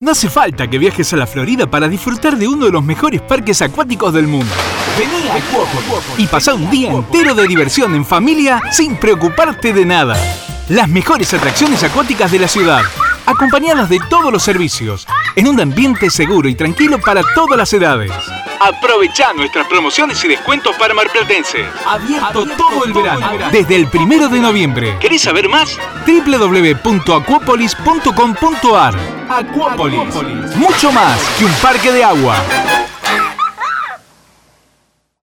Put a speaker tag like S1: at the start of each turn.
S1: No hace falta que viajes a la Florida para disfrutar de uno de los mejores parques acuáticos del mundo. Vení a Cuoco y pasá un día entero de diversión en familia sin preocuparte de nada. Las mejores atracciones acuáticas de la ciudad, acompañadas de todos los servicios, en un ambiente seguro y tranquilo para todas las edades. Aprovecha nuestras promociones y descuentos para marplatenses. Abierto, todo el verano. Desde el primero de noviembre. ¿Querés saber más? www.acuopolis.com.ar Acuópolis. Mucho más que un parque de agua.